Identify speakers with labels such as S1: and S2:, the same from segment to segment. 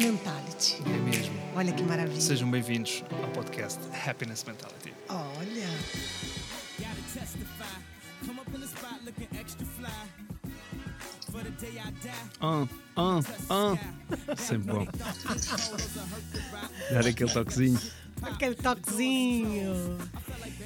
S1: Mentality.
S2: É mesmo.
S1: Olha que maravilha.
S2: Sejam bem-vindos ao podcast Happiness Mentality.
S1: Olha.
S3: gotta testify. Come up in the spot looking extra fly. For the day I die,
S4: Ah, ah, ah. Sempre bom. Dar aquele toquezinho.
S1: Aquele toquezinho.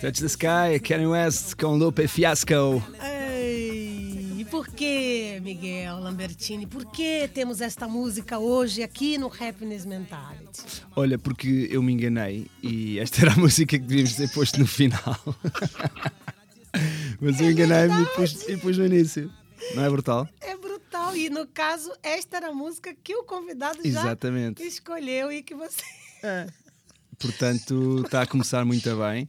S4: Touch the Sky, Kanye West com Lupe Fiasco.
S1: Ei, e por que, Miguel Lambertini? Por que temos esta música hoje aqui no Happiness Mentality?
S4: Olha, porque eu me enganei e esta era a música que devíamos ter posto no final. Mas eu enganei-me e pus, e pus no início. Não é brutal?
S1: É brutal. E no caso, esta era a música que o convidado
S4: Exatamente. É.
S1: já escolheu e que você.
S4: Portanto, está a começar muito bem.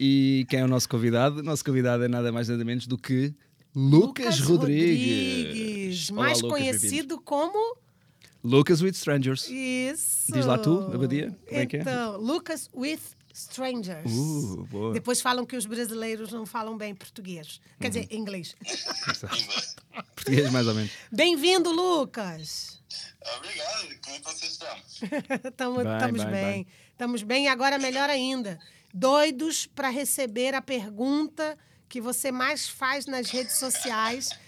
S4: E quem é o nosso convidado? O nosso convidado é nada mais nada menos do que Lucas, Rodrigues.
S1: Rodrigues,
S4: Olá,
S1: mais
S4: Lucas, bem-vindo.
S1: conhecido como.
S4: Lucas with Strangers.
S1: Isso.
S4: Diz lá tu, Abadia, como é que é?
S1: Então, Lucas with Strangers.
S4: Uh, boa.
S1: Depois falam que os brasileiros não falam bem português. Quer dizer,
S4: Uhum.
S1: inglês.
S4: Português, mais ou menos.
S1: Bem-vindo, Lucas.
S5: Obrigado, como é que vocês estão?
S1: Tamo-
S4: Bem,
S1: Estamos
S4: bem,
S1: bem.
S4: bem.
S1: Estamos bem. E agora, melhor ainda, doidos para receber a pergunta que você mais faz nas redes sociais